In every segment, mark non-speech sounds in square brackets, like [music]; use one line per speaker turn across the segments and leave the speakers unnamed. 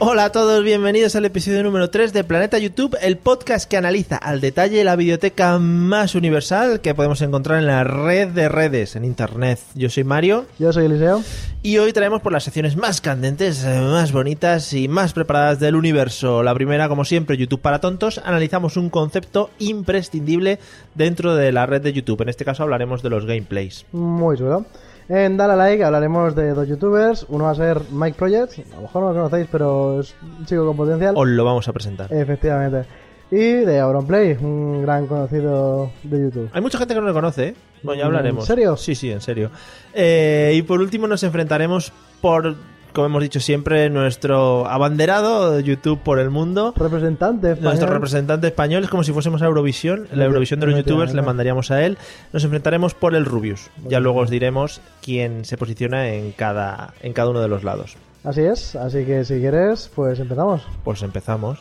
Hola a todos, bienvenidos al episodio número 3 de Planeta YouTube, el podcast que analiza al detalle la biblioteca más universal que podemos encontrar en la red de redes, en internet. Yo soy Mario
Yo soy Eliseo.
y hoy traemos por las secciones más candentes, eh, más bonitas y más preparadas del universo. La primera, como siempre, YouTube para tontos, analizamos un concepto imprescindible dentro de la red de YouTube. En este caso hablaremos de los gameplays.
Muy chulo. En Dale a Like hablaremos de dos youtubers. Uno va a ser Mike Project. A lo mejor no lo conocéis, pero es un chico con potencial.
Os lo vamos a presentar.
Efectivamente. Y de Auronplay, un gran conocido de YouTube.
Hay mucha gente que no lo conoce, ¿eh? Bueno, ya hablaremos.
¿En serio?
Sí, sí, en serio. Eh, y por último nos enfrentaremos por, como hemos dicho siempre, nuestro abanderado de YouTube por el mundo.
Representante. español.
Nuestro representante español es como si fuésemos a Eurovisión. La Eurovisión de los
Pues, eh, Efectivamente.
youtubers le mandaríamos a él. Nos enfrentaremos por el Rubius. Ya luego os diremos quién se posiciona en cada, en cada uno de los lados.
Así es. Así que si quieres, pues empezamos.
Pues empezamos.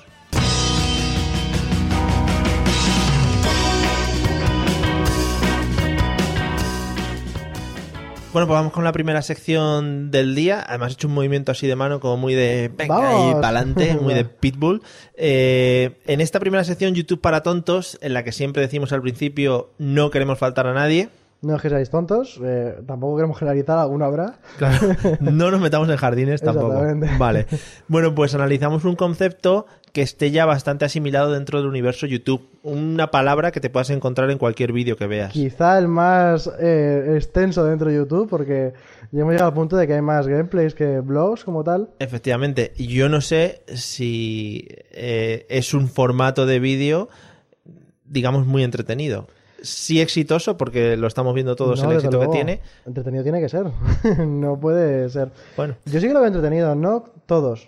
Bueno, pues vamos con la primera sección del día. Además, he hecho un movimiento así de mano, como muy de venga
Vamos.
y pa'lante, muy de pitbull. Eh, en esta primera sección, YouTube para tontos, en la que siempre decimos al principio, no queremos faltar a nadie.
No es que seáis tontos. eh, tampoco queremos generalizar. Alguna habrá. [laughs]
Claro, no nos metamos en jardines tampoco.
Exactamente.
Vale. Bueno, pues analizamos un concepto que esté ya bastante asimilado dentro del universo YouTube. Una palabra que te puedas encontrar en cualquier vídeo que veas.
Quizá el más eh, extenso dentro de YouTube, porque ya hemos llegado al punto de que hay más gameplays que blogs como tal.
Efectivamente, y yo no sé si eh, es un formato de vídeo, digamos, muy entretenido. Sí exitoso, porque lo estamos viendo todos
No,
el
desde
éxito que
luego.
tiene.
Entretenido tiene que ser. [laughs] no puede ser.
Bueno.
Yo sí que lo veo entretenido, no todos,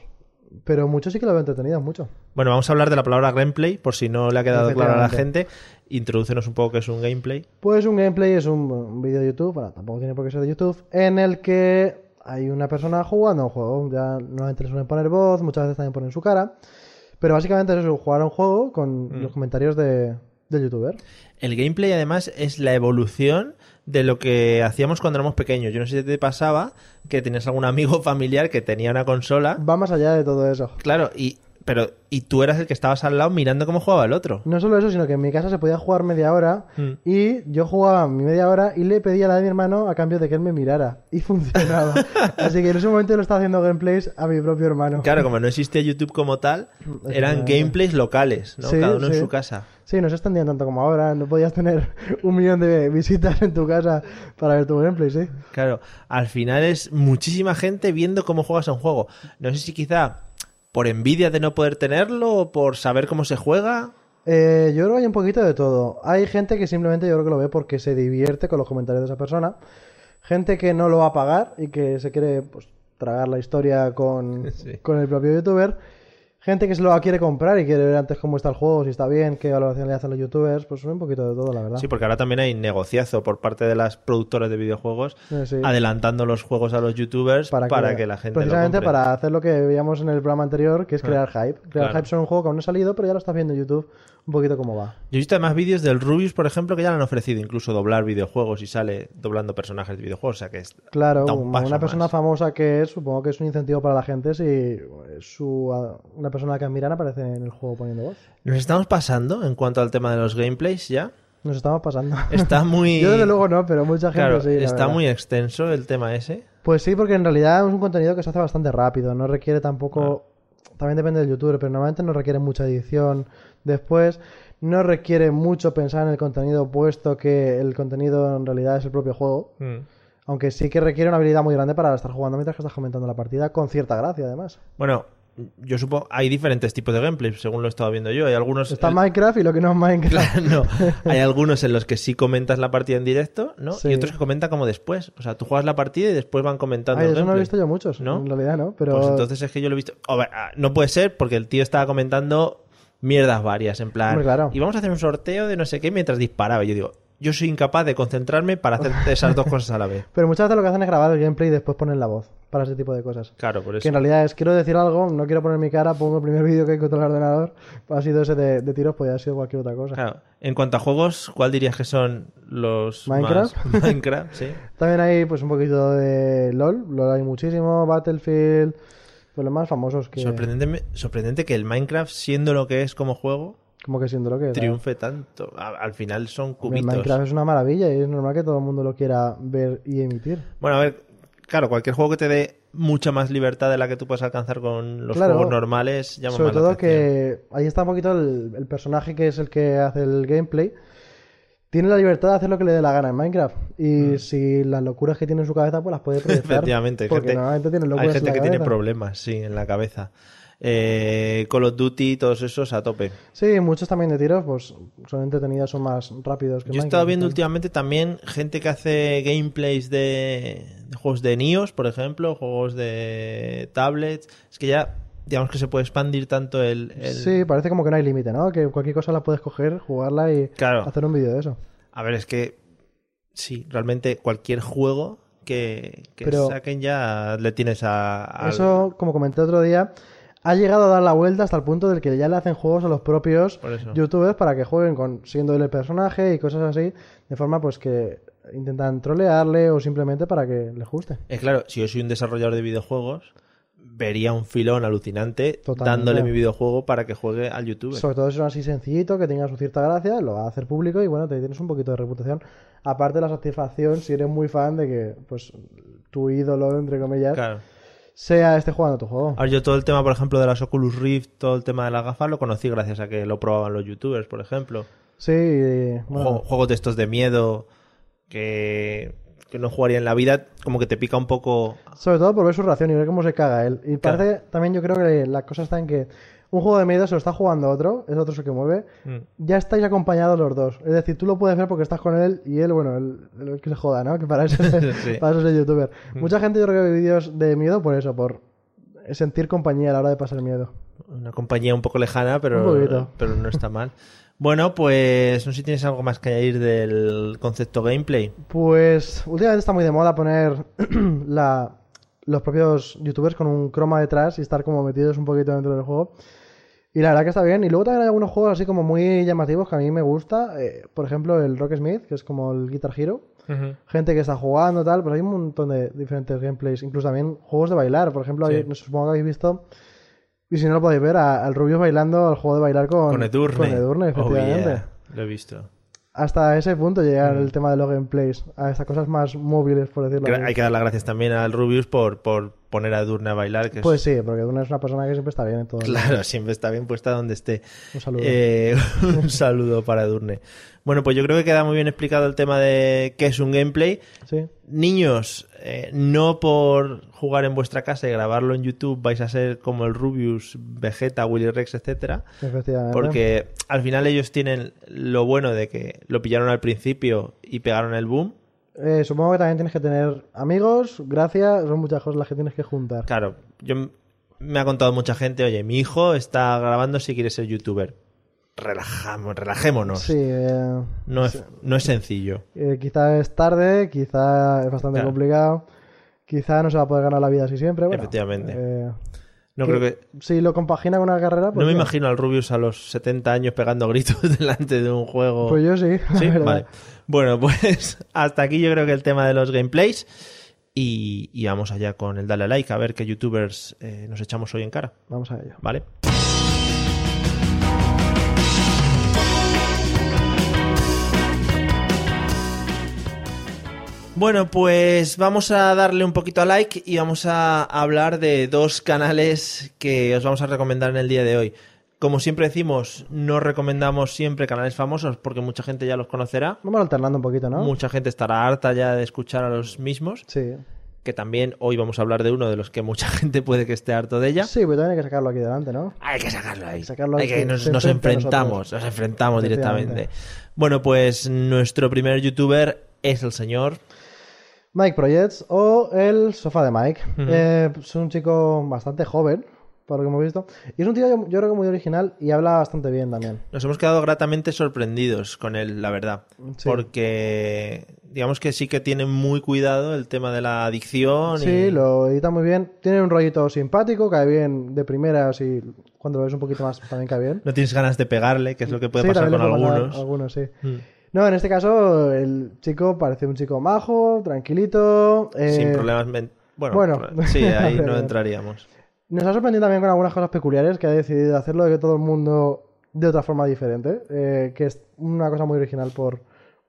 pero muchos sí que lo veo entretenido, mucho.
bueno, vamos a hablar de la palabra gameplay, por si no le ha quedado claro a la
Efectivamente.
gente. Introdúcenos un poco qué es un gameplay.
Pues un gameplay es un, un vídeo de YouTube, bueno, tampoco tiene por qué ser de YouTube, en el que hay una persona jugando a un juego. Ya normalmente le suelen poner voz, muchas veces también ponen su cara, pero básicamente es eso, jugar a un juego con
Mm.
los comentarios de, del youtuber.
El gameplay, además, es la evolución de lo que hacíamos cuando éramos pequeños. Yo no sé si te pasaba que tenías algún amigo [laughs] o familiar que tenía una consola.
Va más allá de todo eso.
Claro, y, pero, y tú eras el que estabas al lado mirando cómo jugaba el
[laughs]
otro.
No solo eso, sino que en mi casa se podía jugar media hora
Mm.
y yo jugaba mi media hora y le pedía la de mi hermano a cambio de que él me mirara. Y funcionaba. Así que en ese momento lo estaba haciendo gameplays a mi propio hermano.
Claro, como no existía YouTube como tal, eran
Efectivamente.
gameplays locales, ¿no?
Sí,
Cada uno en
sí.
su casa.
Sí, no se extendían tanto como ahora. No podías tener un millón de visitas en tu casa para ver tu gameplay, sí.
Claro, al final es muchísima gente viendo cómo juegas a un juego. No sé si quizá por envidia de no poder tenerlo o por saber cómo se juega.
Eh, yo creo que hay un poquito de todo. Hay gente que simplemente yo creo que lo ve porque se divierte con los comentarios de esa persona. Gente que no lo va a pagar y que se quiere pues, tragar la historia
[laughs]
con,
Sí.
con el propio youtuber. Gente que se lo quiere comprar y quiere ver antes cómo está el juego, si está bien, qué valoración le hacen los youtubers. Pues un poquito de todo, la verdad.
Sí, porque ahora también hay negociazo por parte de las productoras de videojuegos
Eh, sí.
adelantando los juegos a los youtubers para que, la gente lo
Precisamente
compre.
para hacer lo que veíamos en el programa anterior, que es crear hype. Crear
claro.
hype sobre un juego que aún no ha salido, pero ya lo estás viendo en YouTube un poquito cómo va.
Yo he visto además vídeos del Rubius, por ejemplo, que ya le han ofrecido incluso doblar videojuegos y sale doblando personajes de videojuegos. O sea que es,
Claro,
da un
un-
paso
una persona
más.
famosa que es, supongo que es un incentivo para la gente si eh, su, a- una persona que admiran aparece en el juego poniendo voz.
Nos estamos pasando en cuanto al tema de los gameplays ya.
Nos estamos pasando. [laughs]
Está muy.
Yo desde luego no, pero mucha gente
Claro,
sí. la
está
verdad.
muy extenso el tema ese.
Pues sí, porque en realidad es un contenido que se hace bastante rápido, no requiere tampoco...
Ah.
También depende del youtuber, pero normalmente no requiere mucha edición después, no requiere mucho pensar en el contenido, puesto que el contenido en realidad es el propio juego,
Mm.
aunque sí que requiere una habilidad muy grande para estar jugando mientras que estás comentando la partida, con cierta gracia además.
Bueno, yo supongo. Hay diferentes tipos de gameplays, según lo he estado viendo yo. Hay algunos.
Está
el-
Minecraft y lo que no es Minecraft.
Claro, [laughs]
[laughs]
no. Hay algunos en los que sí comentas la partida en directo, ¿no?
Sí.
Y otros que comentan como después. O sea, tú juegas la partida y después van comentando.
[laughs] Ay,
el
eso no lo he
gameplay.
visto yo muchos,
¿No?
en realidad no, pero...
Pues entonces es que yo lo he visto. A ver, ah, no puede ser porque el tío estaba comentando mierdas varias, en plan.
Hombre, claro.
Y vamos a hacer un sorteo de no sé qué mientras disparaba. Y Yo digo, yo soy incapaz de concentrarme para
[laughs]
hacer esas dos cosas a la vez.
Pero muchas veces lo que hacen es grabar el gameplay y después ponen la voz para ese tipo de cosas.
Claro, por eso.
Que en realidad es, quiero decir algo, no quiero poner mi cara, pongo el primer vídeo que encontré en el ordenador, ha sido ese de, de tiros, podría haber sido cualquier otra cosa.
Claro. En cuanto a juegos, ¿cuál dirías que son los
Minecraft?
más- [laughs] Minecraft, sí.
También hay pues un poquito de LOL, LOL hay muchísimo, Battlefield, pues los más famosos [laughs] que...
Sorprendente, sorprendente que el Minecraft, siendo lo que es como juego,
Como que siendo lo que es.
triunfe tanto. A- Al final son
El
cubitos.
Minecraft es una maravilla y es normal que todo el mundo lo quiera ver y emitir.
Bueno, a ver, claro, cualquier juego que te dé mucha más libertad de la que tú puedes alcanzar con los
Claro.
juegos normales, llama
Sobre
más la
todo
atención.
que ahí está un poquito el, el personaje que es el que hace el gameplay. Tiene la libertad de hacer lo que le dé la gana en Minecraft. Y si las locuras que tiene en su cabeza, pues
[laughs]
las puede proyectar.
Mm. Efectivamente, hay
porque
gente,
normalmente tiene
hay
locuras en
gente
la
que tiene
cabeza.
problemas, sí, en la cabeza. Eh, Call of Duty, todos esos a tope.
Sí, muchos también de tiros, pues son entretenidos, son más rápidos que
Yo he estado
Minecraft,
viendo
entonces.
últimamente también gente que hace gameplays de, de juegos de NIOS, por ejemplo, juegos de tablets. Es que ya, digamos que se puede expandir tanto el. el-
Sí, parece como que no hay límite, ¿no? Que cualquier cosa la puedes coger, jugarla y
Claro.
hacer un vídeo de eso.
A ver, es que. Sí, realmente cualquier juego que, que
Pero-
saquen ya le tienes a. al-
Eso, como comenté otro día, ha llegado a dar la vuelta hasta el punto del que ya le hacen juegos a los propios
Por eso.
youtubers para que jueguen con siendo él el personaje y cosas así, de forma pues que intentan trolearle o simplemente para que les guste.
Es claro, si yo soy un desarrollador de videojuegos, vería un filón alucinante
Totalmente.
dándole mi videojuego para que juegue al YouTube.
Sobre todo si son así sencillito, que tenga su cierta gracia, lo va a hacer público y bueno, te tienes un poquito de reputación. Aparte de la satisfacción, si eres muy fan de que pues tu ídolo, entre comillas,
Claro.
sea este jugando tu juego.
Ahora, yo todo el tema, por ejemplo, de las Oculus Rift, todo el tema de las gafas, lo conocí gracias a que lo probaban los youtubers, por ejemplo.
Sí, y, bueno,
Juego- Juegos de estos de miedo que, que no jugaría en la vida, como que te pica un poco.
Sobre todo por ver su reacción y ver cómo se caga él. Y
Claro.
parece, también yo creo que la cosa está en que un juego de miedo se lo está jugando otro, es otro el que mueve,
Mm.
ya estáis acompañados los dos. Es decir, tú lo puedes ver porque estás con él y él, bueno, el, el que se joda, ¿no? Que
[laughs]
para eso,
Sí. Mm.
para eso es el youtuber. Mucha gente yo creo que ve vídeos de miedo por eso, por sentir compañía a la hora de pasar miedo.
Una compañía un poco lejana,
Un
pero,
poquito.
pero no está mal. Bueno, pues no sé si tienes algo más que añadir del concepto gameplay.
Pues últimamente está muy de moda poner [clears throat] la- los propios youtubers con un croma detrás y estar como metidos un poquito dentro del juego. Y la verdad que está bien. Y luego también hay algunos juegos así como muy llamativos que a mí me gusta. Eh, por ejemplo, el Rock Smith, que es como el Guitar Hero. Gente que está jugando, tal. Pues hay un montón de diferentes gameplays. Incluso también juegos de bailar. Por ejemplo,
Sí.
hay- supongo que habéis visto. Y si no lo podéis ver, a- al Rubius bailando al juego de bailar con,
Con Edurne.
con Edurne,
Oh,
efectivamente
yeah. Lo he visto.
hasta ese punto llegar el tema de los gameplays, a estas cosas más móviles, por decirlo
Mm. Gra-
así.
Hay que dar las gracias también al Rubius por, por poner a Edurne a bailar, que es-
Pues sí, porque Duna es una persona que siempre está bien en todo.
[laughs] Claro, siempre está bien puesta donde esté.
Un saludo. [laughs]
Eh, un saludo para Edurne. Bueno, pues yo creo que queda muy bien explicado el tema de qué es un gameplay.
Sí.
Niños, eh, no por jugar en vuestra casa y grabarlo en YouTube vais a ser como el Rubius, Vegeta, Willy Rex, etcétera,
Efectivamente.
porque al final ellos tienen lo bueno de que lo pillaron al principio y pegaron el boom.
Eh, supongo que también tienes que tener amigos, gracias, son muchas cosas las que tienes que juntar.
Claro, yo m- me ha contado mucha gente, oye, mi hijo está grabando si quiere ser youtuber. Relajamos, relajémonos.
Sí, eh,
No es, no es sencillo.
eh, quizá es tarde, quizá es bastante
Claro.
complicado, quizá no se va a poder ganar la vida así siempre. Bueno,
Efectivamente.
eh,
No creo que.
Si lo compagina con una carrera, pues.
No me
mira.
imagino al Rubius a los 70 años pegando gritos [laughs] delante de un juego.
Pues yo sí. [laughs] la
Sí,
verdad.
vale. Bueno, pues [laughs] hasta aquí yo creo que el tema de los gameplays. Y, y vamos allá con el dale a like a ver qué youtubers eh, nos echamos hoy en cara.
Vamos a ello.
¿Vale? Bueno, pues vamos a darle un poquito a like y vamos a hablar de dos canales que os vamos a recomendar en el día de hoy. Como siempre decimos, no recomendamos siempre canales famosos porque mucha gente ya los conocerá.
Vamos alternando un poquito, ¿no?
Mucha gente estará harta ya de escuchar a los mismos.
Sí.
Que también hoy vamos a hablar de uno de los que mucha [laughs] gente puede que esté harto de ella.
Sí, pues también hay que sacarlo aquí delante, ¿no?
Hay que sacarlo ahí.
Sacarlo
Hay
ahí,
que-
sí,
nos,
sí,
nos
frente a
enfrentamos,
nosotros.
nos enfrentamos
Efectivamente.
directamente. Bueno, pues nuestro primer youtuber es el señor.
Mike Projects o el sofá de Mike. Eh, es un chico bastante joven, por lo que hemos visto. Y es un tío, yo, yo creo que muy original y habla bastante bien también.
Nos hemos quedado gratamente sorprendidos con él, la verdad.
Sí.
Porque digamos que sí que tiene muy cuidado el tema de la adicción.
Sí,
y...
lo edita muy bien. Tiene un rollito simpático, cae bien de primeras y cuando lo ves un poquito más también cae bien.
No tienes ganas de pegarle, que es [laughs] lo que puede
Sí,
pasar
también
con
le puede pasar
algunos.
algunos, sí.
Mm.
No, en este caso el chico parece un chico majo, tranquilito. eh,
Sin problemas. men- Bueno,
bueno.
pro- sí, ahí
[laughs]
no
Pero-
entraríamos.
Nos ha sorprendido también con algunas cosas peculiares que ha decidido hacerlo de que todo el mundo de otra forma diferente, eh, que es una cosa muy original por,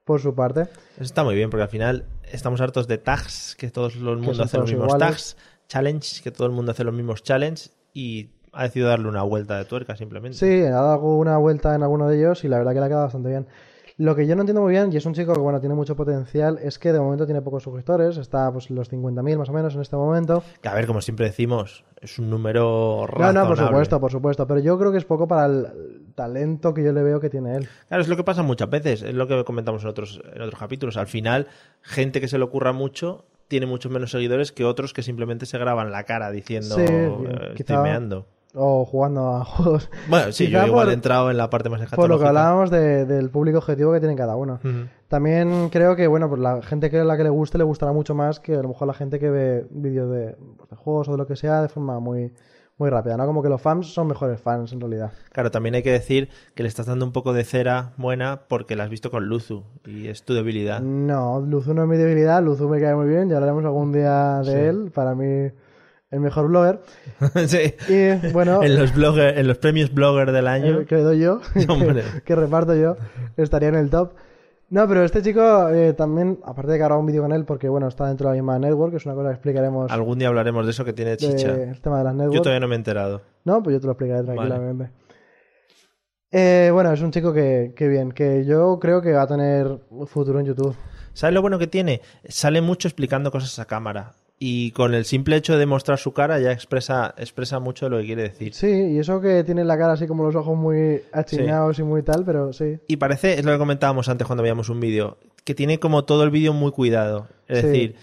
por su parte.
Eso está muy bien, porque al final estamos hartos de tags, que todo el mundo
son
hace los
todos
mismos
iguales.
tags, challenge, que todo el mundo hace los mismos challenge, y ha decidido darle una vuelta de tuerca simplemente.
Sí, ha dado una vuelta en alguno de ellos y la verdad que le ha quedado bastante bien. Lo que yo no entiendo muy bien, y es un chico que bueno, tiene mucho potencial, es que de momento tiene pocos suscriptores, está pues en los 50.000 más o menos en este momento.
Que a ver, como siempre decimos, es un número
No,
raro.
no, por supuesto, por supuesto, pero yo creo que es poco para el talento que yo le veo que tiene él.
Claro, es lo que pasa muchas veces, es lo que comentamos en otros, en otros capítulos. Al final, gente que se le ocurra mucho tiene muchos menos seguidores que otros que simplemente se graban la cara diciendo
Sí,
eh,
quizá-
streameando.
O jugando a [laughs] juegos.
Bueno, sí,
Quizá
yo igual
por-
he entrado en la parte más
Por lo que
escatológica.
hablábamos de- del público objetivo que tiene cada uno.
Ujú.
También creo que, bueno, pues la gente que la que le guste le gustará mucho más que a lo mejor la gente que ve vídeos de, pues, de juegos o de lo que sea de forma muy, muy rápida, ¿no? Como que los fans son mejores fans en realidad.
Claro, también hay que decir que le estás dando un poco de cera buena porque la has visto con Luzu y es tu debilidad.
No, Luzu no es mi debilidad, Luzu me cae muy bien, ya hablaremos algún día de
Sí.
él, para mí el mejor blogger.
[laughs] Sí.
Y
[laughs]
bueno,
En los blogger, en los premios blogger del año.
el Eh, que le doy yo,
[laughs]
[laughs]
Hombre.
que, que reparto yo, estaría en el top. No, pero este chico eh, también, aparte de que habrá un vídeo con él, porque bueno, está dentro de la misma network, es una cosa que explicaremos
Algún día hablaremos de eso que tiene chicha.
del tema de las networks.
Yo todavía no me he enterado.
No, pues yo te lo explicaré tranquilamente. Eh, bueno, es un chico que, que bien, que yo creo que va a tener futuro en YouTube.
¿Sabes lo bueno que tiene? Sale mucho explicando cosas a cámara. Y con el simple hecho de mostrar su cara ya expresa, expresa mucho lo que quiere decir.
Sí, y eso que tiene la cara así como los ojos muy achinados y muy tal, pero sí.
Y parece, es lo que comentábamos antes cuando veíamos un vídeo, que tiene como todo el vídeo muy cuidado. Es
Sí.
decir,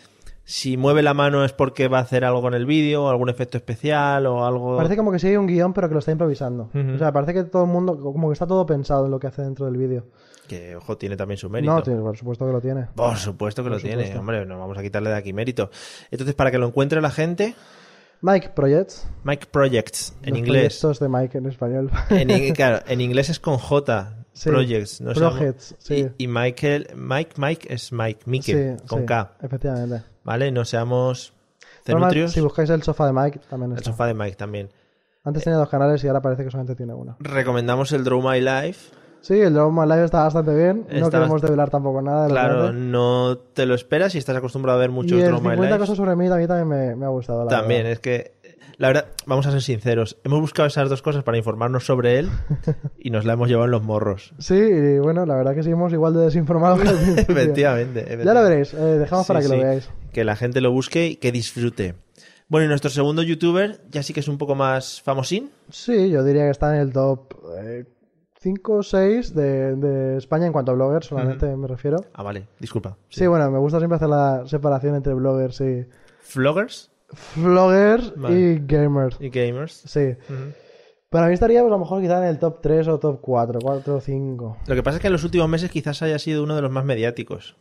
si mueve la mano es porque va a hacer algo con el vídeo, o algún efecto especial o algo...
Parece como que sí hay un guión, pero que lo está improvisando.
Ujú.
O sea, parece que todo el mundo, como que está todo pensado en lo que hace dentro del vídeo.
Que, ojo, tiene también su mérito.
No, tiene- por supuesto que lo tiene.
Por supuesto que lo tiene,
supuesto.
hombre, no vamos a quitarle de aquí mérito. Entonces, para que lo encuentre la gente,
Mike Projects.
Mike Projects, en
los
inglés.
proyectos de Mike en español.
En, in- claro, en inglés es con J,
Sí,
Projects.
[laughs]
No sé cómo-
Projects, sí.
Y, y Michael, Mike, Mike es Mike, Mike,
Sí,
con
sí,
K,
Efectivamente.
¿vale? No seamos
Normal,
cenutrios.
si buscáis el sofá de Mike, también
El
está.
sofá de Mike también.
Antes tenía dos canales y ahora parece que solamente tiene uno.
Recomendamos el Draw My Life.
Sí, el Dragon Ball Live está bastante bien.
Está
no queremos
bast-
develar tampoco nada. de lo
Claro,
que hace.
no te lo esperas y estás acostumbrado a ver muchos
y el
Draw My
50
Life.
cosas sobre mí a mí también me, me ha gustado. La
También,
verdad.
es que, la verdad, vamos a ser sinceros, hemos buscado esas dos cosas para informarnos sobre
[laughs]
él y nos la hemos llevado en los morros.
Sí, y bueno, la verdad que seguimos igual de
[laughs]
desinformados. que al principio.
efectivamente,
Ya lo veréis. eh, dejamos
Sí,
para que lo
sí.
veáis.
Que la gente lo busque y que disfrute. Bueno, y nuestro segundo youtuber ya sí que es un poco más famosín.
Sí, yo diría que está en el top 5 o 6 de, de España en cuanto a bloggers, solamente me refiero.
Ah, vale, disculpa.
Sí. bueno, me gusta siempre hacer la separación entre bloggers y...
Vloggers
Vloggers
Vale.
y gamers.
y gamers.
Sí. Para mí estaría pues, a lo mejor quizá en el top 3 o top 4, 4 o 5.
Lo que pasa es que en los últimos meses quizás haya sido uno de los más mediáticos.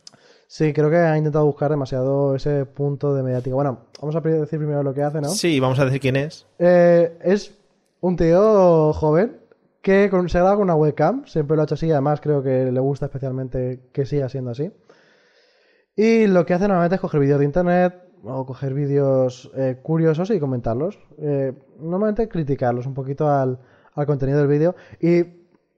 Sí, creo que ha intentado buscar demasiado ese punto de mediática. Bueno, vamos a pri- decir primero lo que hace, ¿no?
Sí, vamos a decir quién es.
Eh, es un tío joven que con- se graba con una webcam, siempre lo ha hecho así, además creo que le gusta especialmente que siga siendo así. Y lo que hace normalmente es coger vídeos de internet o coger vídeos eh, curiosos y comentarlos. Eh, normalmente criticarlos un poquito al, al contenido del vídeo y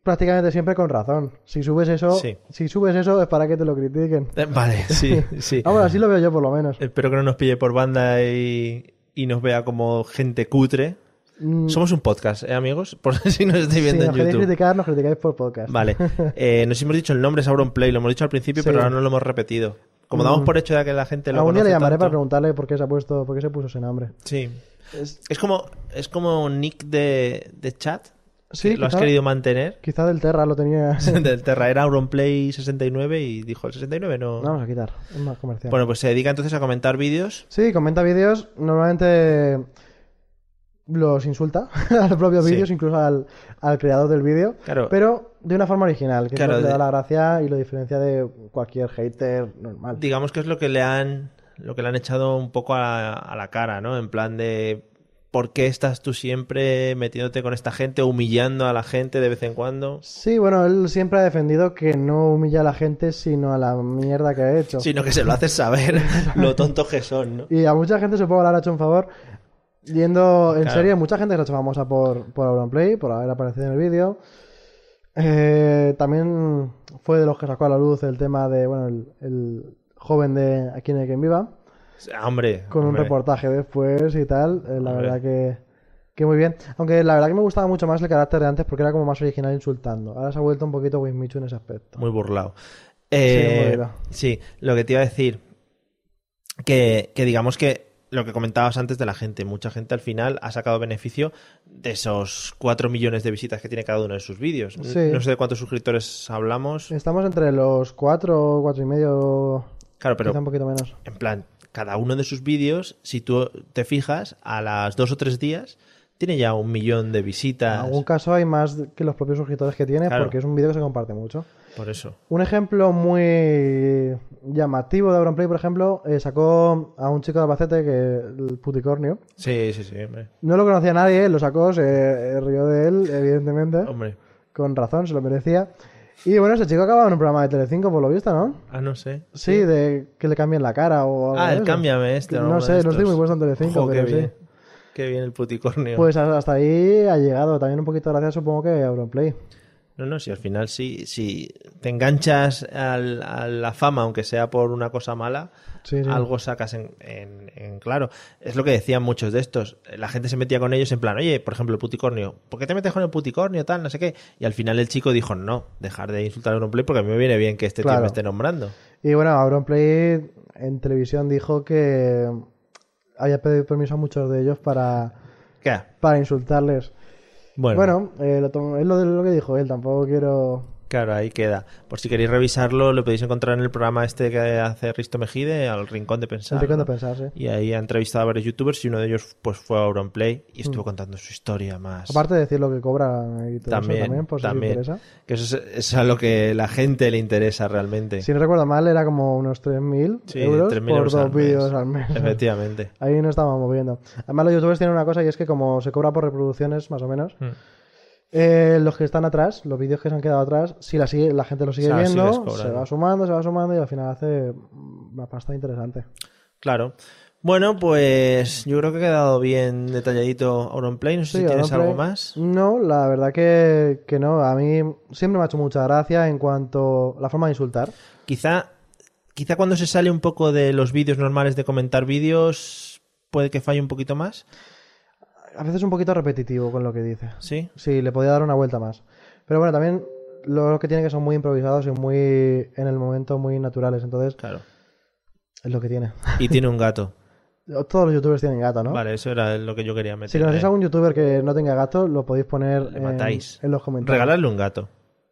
prácticamente siempre con razón. Si subes eso,
Sí.
si subes eso es para que te lo critiquen.
Eh, Vale,
[laughs]
sí, sí.
Ahora Ah, así lo veo yo por lo menos.
Espero que no nos pille por banda y, y nos vea como gente cutre.
Mm,
Somos un podcast, ¿eh, amigos? [laughs] Por si nos estáis
si
viendo
nos
en
queréis
YouTube.
criticar, nos criticáis por podcast. [laughs]
Vale. Eh, nos hemos dicho el nombre Sauron Play, lo hemos dicho al principio,
Sí.
pero ahora no lo hemos repetido. Como damos
Mm.
por hecho ya que la gente lo
Algún día
conoce
le llamaré para
tanto-
preguntarle por qué se ha puesto, por qué se puso ese nombre.
Sí.
Es-
Es como, es como un nick de, de chat.
Sí,
que lo has
quizá-
querido
[laughs]
mantener.
Quizá del Terra lo tenía.
[laughs] Del Terra era Auronplay 69 y dijo el 69 no.
No, vamos a quitar, es más comercial.
Bueno, pues se dedica entonces a comentar vídeos.
Sí, comenta vídeos, normalmente los insulta [laughs] a los propios
Sí.
vídeos, incluso al, al creador del vídeo,
Claro.
pero de una forma original, que es lo
Claro,
que le da
de-
la gracia y lo diferencia de cualquier hater normal.
digamos que es lo que le han lo que le han echado un poco a, a la cara, ¿no? En plan de ¿por qué estás tú siempre metiéndote con esta gente, humillando a la gente de vez en cuando?
Sí, bueno, él siempre ha defendido que no humilla a la gente, sino a la mierda que ha hecho.
Sino que se lo haces
[laughs]
saber lo tontos que son, ¿no?
Y a mucha gente supongo que le han hecho un favor. Yendo en
Claro.
serio, mucha gente se ha hecho famosa por, por Auronplay, por haber aparecido en el vídeo. Eh, también fue de los que sacó a la luz el tema de, bueno, el, el joven de Aquí en el Quien Viva,
Ah, Hombre.
con un
hombre.
reportaje después y tal. Eh, la
Hombre.
verdad que, que muy bien. Aunque la verdad que me gustaba mucho más el carácter de antes porque era como más original insultando. Ahora se ha vuelto un poquito Wismichu en ese aspecto.
Muy burlado. Eh,
Sí, muy burlado.
sí, lo que te iba a decir, que, que digamos que lo que comentabas antes de la gente, mucha gente al final ha sacado beneficio de esos 4 millones de visitas que tiene cada uno de sus vídeos. N-
Sí.
No sé de cuántos suscriptores hablamos.
Estamos entre los 4, 4 y medio,
Claro,
quizá un
pero
poquito menos.
en plan, cada uno de sus vídeos, si tú te fijas, a las dos o tres días tiene ya un millón de
En
visitas.
algún caso hay más que los propios suscriptores que tiene
Claro.
porque es un vídeo que se comparte mucho.
Por eso.
Un ejemplo muy llamativo de Auronplay, por ejemplo, eh, sacó a un chico de Albacete, que el puticornio.
Sí, sí, sí. Hombre.
No lo conocía nadie, lo sacó, se eh, rió de él, evidentemente.
¿Eh? Hombre.
Con razón, se lo merecía. Y bueno, ese chico acaba en un programa de Telecinco, por lo visto, ¿no?
Ah, no sé.
Sí, de que le cambien la cara o algo
Ah,
de
el
eso.
cámbiame este. o
No
alguno
sé,
de
no estoy
estos.
muy puesto en Telecinco,
Ojo, qué
pero sí.
bien. Qué bien el puticornio.
Pues hasta ahí ha llegado. También un poquito gracias, supongo que a Auronplay.
No, no, si al final sí, si te enganchas al- a la fama, aunque sea por una cosa mala,
Sí, sí.
algo sacas en, en- en claro. Es lo que decían muchos de estos. La gente se metía con ellos en plan, oye, por ejemplo, el puticornio, ¿por qué te metes con el puticornio? Tal, no sé qué. Y al final el chico dijo, no, dejar de insultar a Auronplay porque a mí me viene bien que este tío
Claro.
me esté nombrando.
Y bueno, Auronplay en televisión dijo que había pedido permiso a muchos de ellos para,
¿Qué?
para insultarles.
Bueno,
Bueno, eh, lo tom- es lo, de lo que dijo él, tampoco quiero...
claro, ahí queda. Por si queréis revisarlo, lo podéis encontrar en el programa este que hace Risto Mejide, al Rincón de Pensar.
el rincón de
¿no?
pensar, sí.
Y ahí ha entrevistado a varios youtubers y uno de ellos pues fue a Auronplay y estuvo contando su historia más.
Mm. Aparte de decir lo que cobran y todo eso
También,
también, por si os
también.
interesa.
Que eso es, es a lo que la gente le interesa realmente.
Si no recuerdo mal, era como unos 3.000
Sí,
euros
3.000
por
euros al
dos
mes.
vídeos al mes.
Efectivamente.
Ahí nos estamos moviendo. Además, los youtubers tienen una cosa y es que como se cobra por reproducciones, más o menos,
Hmm.
eh, los que están atrás, los vídeos que se han quedado atrás, si la, sigue, la gente lo sigue
O sea, sigues
viendo,
cobrando.
se va sumando, se va sumando y al final hace una pasta interesante.
Claro. Bueno, pues yo creo que ha quedado bien detalladito Auronplay. No sé si tienes
Auronplay-
algo más.
No, la verdad que, que no. A mí siempre me ha hecho mucha gracia en cuanto a la forma de insultar.
Quizá, quizá cuando se sale un poco de los vídeos normales de comentar vídeos, puede que falle un poquito más.
A veces un poquito repetitivo con lo que dice.
Sí.
Sí, le podía dar una vuelta más. Pero bueno, también los que tiene que son muy improvisados y muy en el momento muy naturales. Entonces,
Claro.
es lo que tiene.
Y tiene un gato.
Todos los youtubers tienen gato, [laughs] ¿no?
Vale, eso era lo que yo quería meter. Eh,
Si conocéis
ahí.
a algún youtuber que no tenga gato, lo podéis poner
Le
en,
matáis.
en los comentarios.
Regalarle un gato.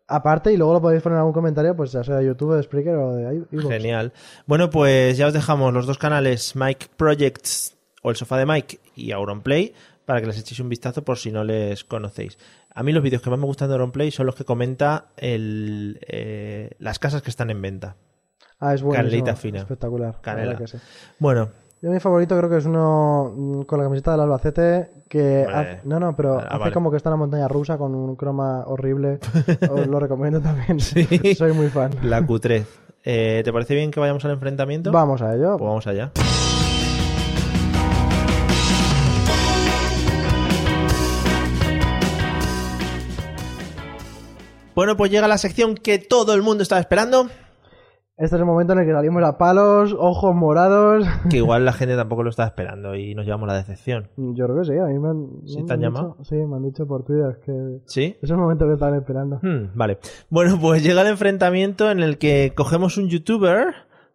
Aparte, y luego lo podéis poner en algún comentario, pues ya sea de YouTube, de Spreaker o de i- iVoox.
Genial. Bueno, pues ya os dejamos los dos canales, Mike Projects o el sofá de Mike y Auronplay, para que les echéis un vistazo por si no les conocéis. A mí los vídeos que más me gustan de Auronplay son los que comenta el, eh, las casas que están en venta.
Ah, es bueno.
Carlita fina.
Espectacular. la
Canela.
verdad que sí.
Bueno,
Yo mi favorito creo que es uno mm, con la camiseta del Albacete que
Hombre.
hace- no, no, pero
Ah,
hace
vale.
como que está en la montaña rusa con un croma
[laughs]
horrible. Os lo recomiendo también.
Sí.
[laughs] Soy muy fan.
la cutrez. Eh, ¿Te parece bien que vayamos al enfrentamiento?
Vamos a ello.
Pues vamos allá. Bueno, pues llega la sección que todo el mundo estaba esperando.
Este es el momento en el que salimos a palos, ojos morados. [laughs]
Que [laughs] igual la gente tampoco lo estaba esperando y nos llevamos la decepción.
Yo creo que sí, a mí me han,
¿Sí
me
te han
dicho-
llamado?
Sí, me han dicho por Twitter que
¿Sí?
es el momento que estaban esperando.
Hmm, vale. Bueno, pues llega el enfrentamiento en el que cogemos un youtuber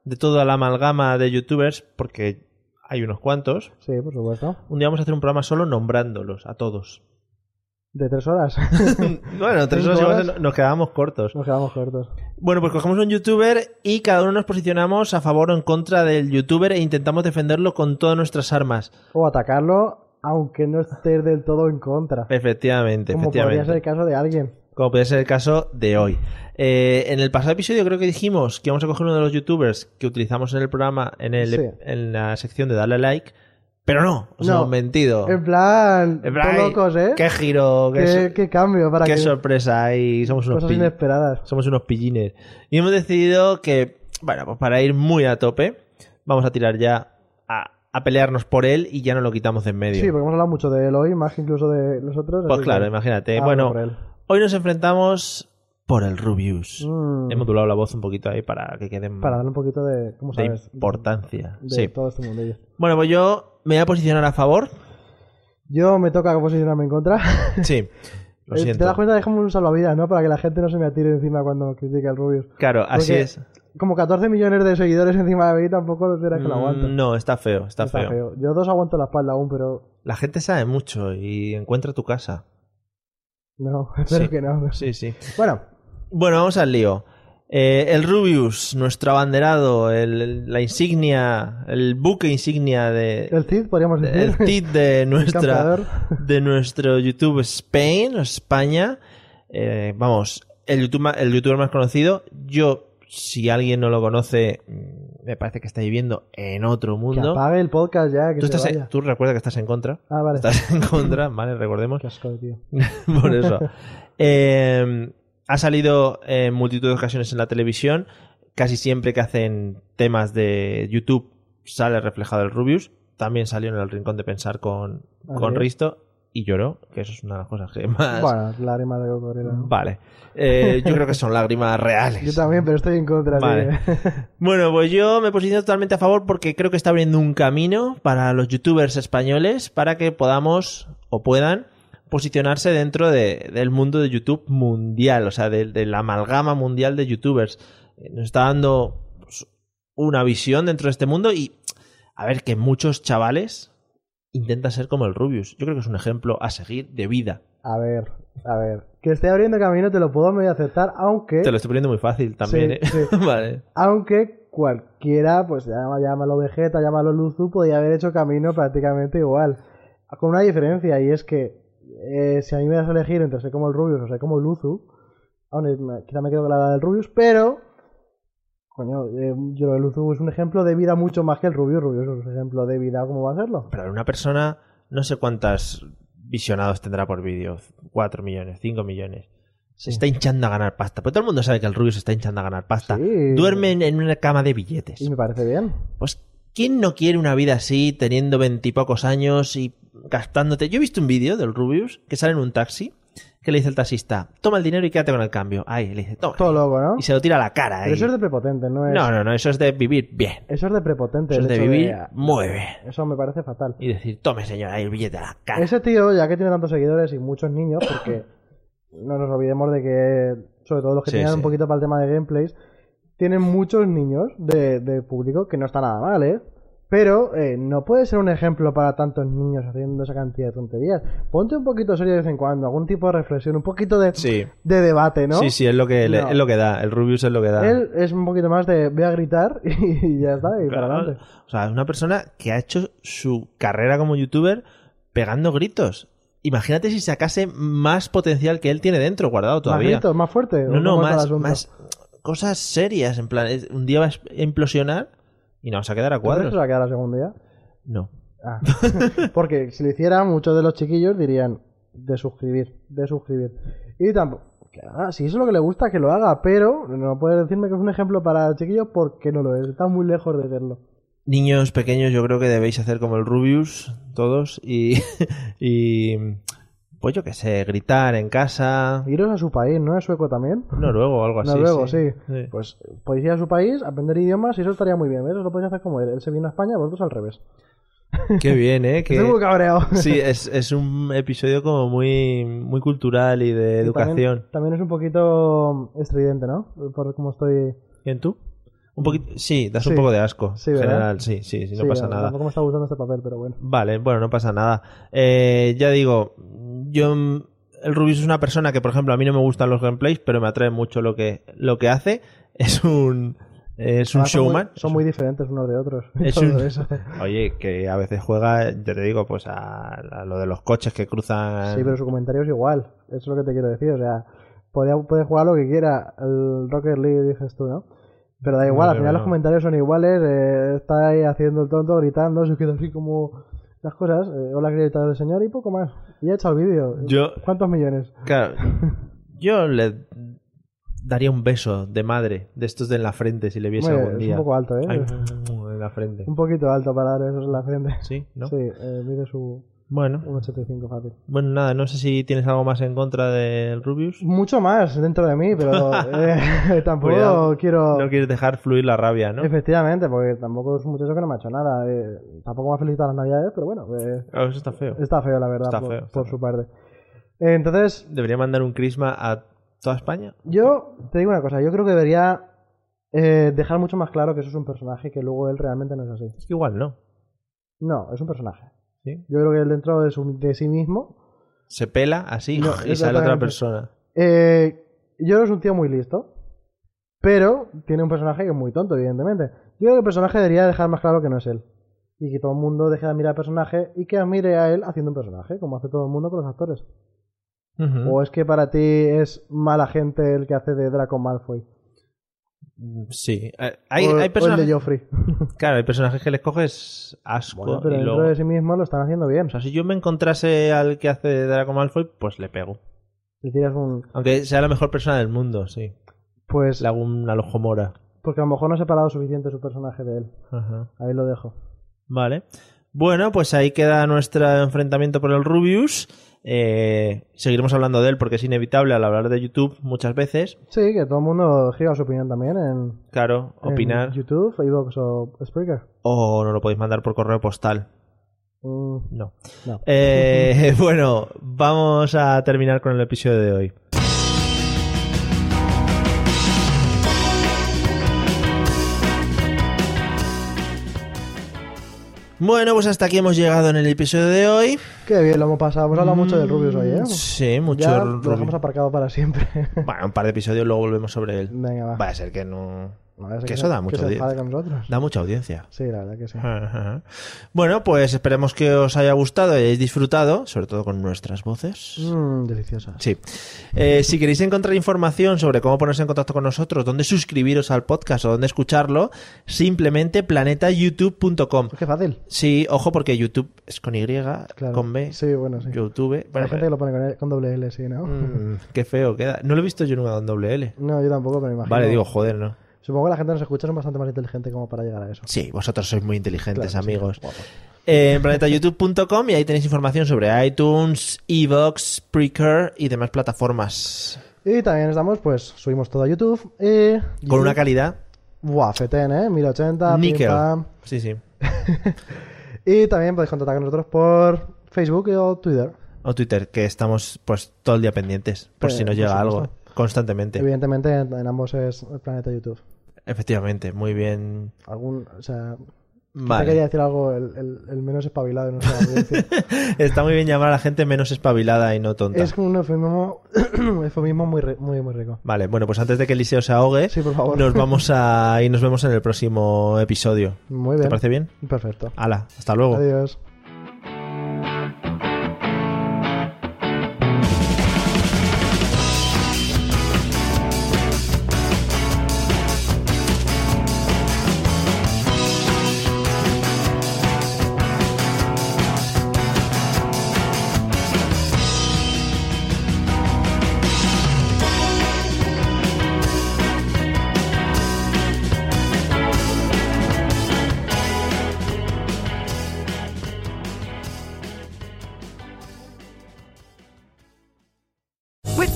de toda la amalgama de youtubers, porque hay unos cuantos.
Sí, por supuesto.
Un día vamos a hacer un programa solo nombrándolos a todos.
De tres
[laughs]
horas. [laughs]
bueno, tres
¿Cinco
horas, igual
horas?
nos quedamos cortos.
Nos quedamos cortos.
Bueno, pues cogemos un youtuber y cada uno nos posicionamos a favor o en contra del youtuber e intentamos defenderlo con todas nuestras armas.
O atacarlo, aunque no estés del todo en contra.
Efectivamente,
Como podría
efectivamente.
ser el caso de alguien.
Como puede ser el caso de hoy. Eh, en el pasado episodio creo que dijimos que íbamos a coger uno de los youtubers que utilizamos en el programa, en, el-
Sí.
en la sección de darle like, pero no, os hemos mentido.
En plan,
En plan,
qué locos, ¿eh?
Qué giro, qué,
Qué-
so-
qué cambio para
qué
que
sorpresa, y somos unos
cosas
pill-
inesperadas.
somos unos pillines. Y hemos decidido que, bueno, pues para ir muy a tope, vamos a tirar ya a, a pelearnos por él y ya no lo quitamos de en medio.
Sí, porque hemos hablado mucho de él hoy, más que incluso de los otros.
pues
así
claro,
que-
imagínate.
Ah,
bueno,
por él.
hoy nos enfrentamos por el Rubius.
Mm,
He modulado la voz un poquito ahí para que quede
para darle un poquito de, ¿cómo
de
sabes?
importancia.
De
Sí.
todo este mundillo.
Bueno, pues yo me voy a posicionar a
[laughs]
favor.
Yo me toca posicionarme en contra.
Sí. Lo
[laughs] Eh, Te das
siento.
cuenta, déjame un salvavidas, ¿no? Para que la gente no se me atire encima cuando critique al Rubius.
Claro, así
Porque
es.
Como 14 millones de seguidores encima de mí, tampoco lo será que lo aguanto.
Mm, No, está feo, está, feo.
Yo dos aguanto la espalda aún, pero
La gente sabe mucho y encuentra tu casa.
no, [laughs] espero
Sí.
que no.
Sí, sí.
Bueno,
Bueno, vamos al lío. Eh, el Rubius, nuestro abanderado, el- el- la insignia, el buque insignia de,
el Cid, podríamos decir.
el
[laughs]
tit de nuestra
campeador.
de nuestro YouTube Spain, España. Eh, vamos, el, YouTube, ma- el youtuber más conocido. Yo, si alguien no lo conoce, mm, me parece que está viviendo en otro
Que
mundo.
apague el podcast ya, que
Tú,
se
estás en-
vaya.
tú recuerdas que estás en contra.
Ah, vale.
Estás en contra, vale, recordemos.
Qué asco, tío.
[laughs] Por eso. Eh, ha salido en multitud de ocasiones en la televisión. Casi siempre que hacen temas de YouTube sale reflejado el Rubius. También salió en el Rincón de Pensar con,
Ah,
con
sí.
Risto y lloró, que eso es una de las cosas que más...
Bueno, lágrimas de cocodrilo. ¿no?
Vale. Eh, yo creo que son lágrimas reales.
Yo también, pero estoy en contra. así
Vale.
que-
Bueno, pues yo me posiciono totalmente a favor porque creo que está abriendo un camino para los youtubers españoles para que podamos o puedan posicionarse dentro de- del mundo de YouTube mundial, o sea, de, de la amalgama mundial de youtubers. Eh, Nos está dando pues, una visión dentro de este mundo y a ver que muchos chavales intentan ser como el Rubius. Yo creo que es un ejemplo a seguir de vida.
[laughs] A ver, a ver. Que esté abriendo camino te lo puedo medio aceptar, aunque...
Te lo estoy poniendo muy fácil también,
Sí,
¿eh? [laughs] vale.
Aunque cualquiera, pues llama- llámalo Vegeta, llámalo Luzu, podía haber hecho camino prácticamente igual. Con una diferencia, y es que eh, si a mí me das a elegir entre ser como el Rubius o ser como el Luzu, aún es- me- quizá me quedo con la del Rubius, pero. Coño, eh, yo lo del Luzu es un ejemplo de vida mucho más que el Rubius. Rubius es un ejemplo de vida, ¿cómo va a serlo?
Pero una persona, no sé cuántas visionados tendrá por vídeo. 4 millones, 5 millones. Se está hinchando a ganar pasta. Pero todo el mundo sabe que el Rubius se está hinchando a ganar pasta.
Sí.
Duerme en- en una cama de billetes.
Y me parece bien.
Pues, ¿quién no quiere una vida así, teniendo veintipocos años y gastándote? Yo he visto un vídeo del Rubius que sale en un taxi, que le dice el taxista, toma el dinero y quédate con el cambio. Ahí, le dice, toma.
Todo loco, ¿no?
Y se lo tira a la cara.
Pero
ahí.
eso es de prepotente, ¿no es?
No, no, no, eso es de vivir bien.
Eso es de prepotente.
Eso es
el
de
hecho
vivir muy bien.
Eso me parece fatal.
Y decir, tome señor, ahí el billete a la cara.
Ese tío, ya que tiene tantos seguidores y muchos niños,
[coughs]
porque no nos olvidemos de que, sobre todo los que
Sí,
tienen
sí.
un poquito para el tema de gameplays, tienen muchos niños de, de público, que no está nada mal, ¿eh? Pero eh, no puede ser un ejemplo para tantos niños haciendo esa cantidad de tonterías. Ponte un poquito serio de vez en cuando, algún tipo de reflexión, un poquito de,
Sí.
de debate, ¿no?
Sí, sí, es lo que le-
No.
es lo que da. El Rubius es lo que da.
Él es un poquito más de ve a gritar [laughs] y ya está, y para
Claro.
adelante.
O sea, es una persona que ha hecho su carrera como youtuber pegando gritos. Imagínate si sacase más potencial que él tiene dentro, guardado
Más
todavía.
gritos, más fuerte. ¿o
no, no,
cómo está el
más,
asunto?
más cosas serias. En plan, es- un día vas a implosionar y nos vas a quedar a
¿Cuál se
cuadros.
va a quedar la segunda idea?
No.
Ah. [laughs] Porque si lo hiciera, muchos de los chiquillos dirían de suscribir, de suscribir. Y tampoco. que haga, si eso es lo que le gusta, que lo haga, pero no puede decirme que es un ejemplo para chiquillos porque no lo es. Está muy lejos de serlo.
Niños pequeños, yo creo que debéis hacer como el Rubius, todos, y. [laughs] y pues yo qué sé, gritar en casa.
Iros a su país, ¿no? Es sueco también.
Noruego o algo así.
Noruego, sí.
Pues Sí.
Pues podéis ir a su país, aprender idiomas y eso estaría muy bien. Eso lo podéis hacer como él. Él se vino a España, vosotros al revés.
Qué bien,
[laughs]
¿eh? Que-
Estoy
[laughs]
muy cabreado.
sí, es, es un episodio como muy, muy cultural y de
Y también-
educación.
También, es un poquito estridente, ¿no? Por cómo estoy.
¿Bien tú? Un poquito, sí, das
Sí.
un poco de asco.
Sí,
en
¿verdad?
general, sí, sí, sí, no
Sí,
pasa nada.
Tampoco me está gustando este papel, pero bueno.
Vale, bueno, no pasa nada. Eh, ya digo, yo mm, el Rubius es una persona que, por ejemplo, a mí no me gustan los gameplays, pero me atrae mucho lo que, lo que hace. Es un es un
Además, Ah, son muy-
showman.
Son muy diferentes unos de otros. [laughs]
Es
todo
un-
eso.
Oye, que a veces juega, ya te digo, pues a, a lo de los coches que cruzan.
Sí, pero su comentario es igual. Eso es lo que te quiero decir. O sea, podía- puede jugar lo que quiera. El Rocket League, dices tú, ¿no? Pero da igual,
No,
al final
no.
los comentarios son iguales. eh, está ahí haciendo el tonto, gritando, se queda así como las cosas. eh, hola, gritas del señor y poco más. Y ha hecho el vídeo.
Yo-
¿Cuántos millones?
Claro, yo le daría un beso de madre de estos de en la frente si le viese
Hombre,
algún
es
día.
un poco alto, ¿eh?
Ay, en la frente.
Un poquito alto para dar esos en la frente.
Sí, ¿no?
Sí, eh, mide su
Bueno,
1,85 fácil.
bueno, nada, no sé si tienes algo más en contra del Rubius.
Mucho más dentro de mí, pero
[laughs]
eh, [laughs] tampoco
Cuidado.
quiero...
No quieres dejar fluir la rabia, ¿no?
Efectivamente, porque tampoco es un muchacho que no me ha hecho nada. eh, tampoco me ha felicitado las navidades, pero bueno, eh,
Claro, Ah, eso está feo.
está feo, la verdad,
Está
por,
feo, está
por
feo.
su parte. Eh, Entonces,
Debería mandar un crisma a toda España.
yo te digo una cosa, yo creo que debería eh, dejar mucho más claro que eso es un personaje, que luego él realmente no es así.
Es que igual no.
No, es un personaje.
¿sí?
Yo creo que él dentro de, su- de sí mismo...
Se pela así
No,
y sale otra
exactamente.
persona.
eh, yo creo que es un tío muy listo, pero tiene un personaje que es muy tonto, evidentemente. Yo creo que el personaje debería dejar más claro que no es él. Y que todo el mundo deje de admirar al personaje y que admire a él haciendo un personaje, como hace todo el mundo con los actores.
Ujú.
¿O es que para ti es mala gente el que hace de Draco Malfoy?
Mm, Sí. Eh, Hay,
o,
hay
o el
personajes,
de Joffrey.
claro, hay personajes que les coges asco.
Bueno, pero
y
dentro
luego-
de sí mismo lo están haciendo bien.
O sea, si yo me encontrase al que hace de Draco Malfoy, pues le pego.
Le tiras un...
Aunque sea la mejor persona del mundo, sí.
Pues...
Le hago un alojo mora.
Porque a lo mejor no se ha parado suficiente su personaje de él.
Ajá.
Ahí lo dejo.
Vale. Bueno, pues ahí queda nuestro enfrentamiento por el Rubius. Eh, seguiremos hablando de él porque es inevitable al hablar de YouTube muchas veces.
Sí, que todo el mundo escriba su opinión también en...
Claro,
en
opinar.
YouTube, iVoox o Spreaker.
O no lo podéis mandar por correo postal.
Mm,
No.
no.
Eh, [laughs] bueno, vamos a terminar con el episodio de hoy. Bueno, pues hasta aquí hemos llegado en el episodio de hoy.
Qué bien lo hemos pasado. Hemos hablado mucho del Rubius hoy, ¿eh?
Mm, Sí, mucho
Ya lo
Rubius.
dejamos aparcado
[laughs]
para siempre.
Bueno, un par de episodios, luego volvemos sobre él.
Venga, va.
Va a ser que no.
No, ya sé
que eso
se-
da mucho
Que se
di-
enfade con nosotros.
Da Ah. mucha audiencia. [laughs]
Sí, la verdad que sí.
Ajá. Bueno, pues esperemos que os haya gustado y hayáis disfrutado, sobre todo con nuestras voces.
Mm, deliciosa.
Sí. Eh, si queréis encontrar información sobre cómo ponerse en contacto con nosotros, dónde suscribiros al podcast o dónde escucharlo, simplemente planetayoutube.com.
Es que fácil.
Sí, ojo porque YouTube es con Y,
Claro.
con B,
Sí, bueno, sí.
YouTube.
Hay
Bueno,
gente que lo pone con, L- con doble L, sí, ¿no?
mm, [laughs] qué feo queda. No lo he visto yo nunca con doble L.
[laughs] No, yo tampoco, pero me imagino.
Vale, digo, joder, ¿no?
Supongo que la gente que nos escucha es bastante más inteligente como para llegar a eso.
Sí, vosotros sois muy inteligentes,
Claro, sí,
amigos.
guapos.
Eh, en planetayoutube.com y ahí tenéis información sobre iTunes, Evox, Spreaker y demás plataformas.
Y también estamos, pues, subimos todo a YouTube. eh, Y
Con una calidad.
Buah, FETEN, ¿eh? 1080, pim,
Níquel.
pam.
Sí, sí.
Y también podéis contactar con nosotros por Facebook o Twitter.
O Twitter, que estamos pues todo el día pendientes, por
Eh,
si nos
por
llega algo,
supuesto.
constantemente.
Evidentemente, en, en ambos es el planeta YouTube.
Efectivamente, muy bien.
Algún, o sea, te quería
Vale.
decir algo el, el- el menos espabilado de nuestra
[laughs]
audiencia.
Está muy bien llamar a la gente menos espabilada y no tonta.
es un eufemismo, [coughs] eufemismo muy, ri- muy, muy rico.
Vale, bueno, pues antes de que Eliseo se ahogue,
Sí, por favor.
nos vamos a y nos vemos en el próximo episodio.
Muy
¿Te
bien.
parece bien? Oh.
Perfecto.
Hala, hasta luego.
Adiós.
With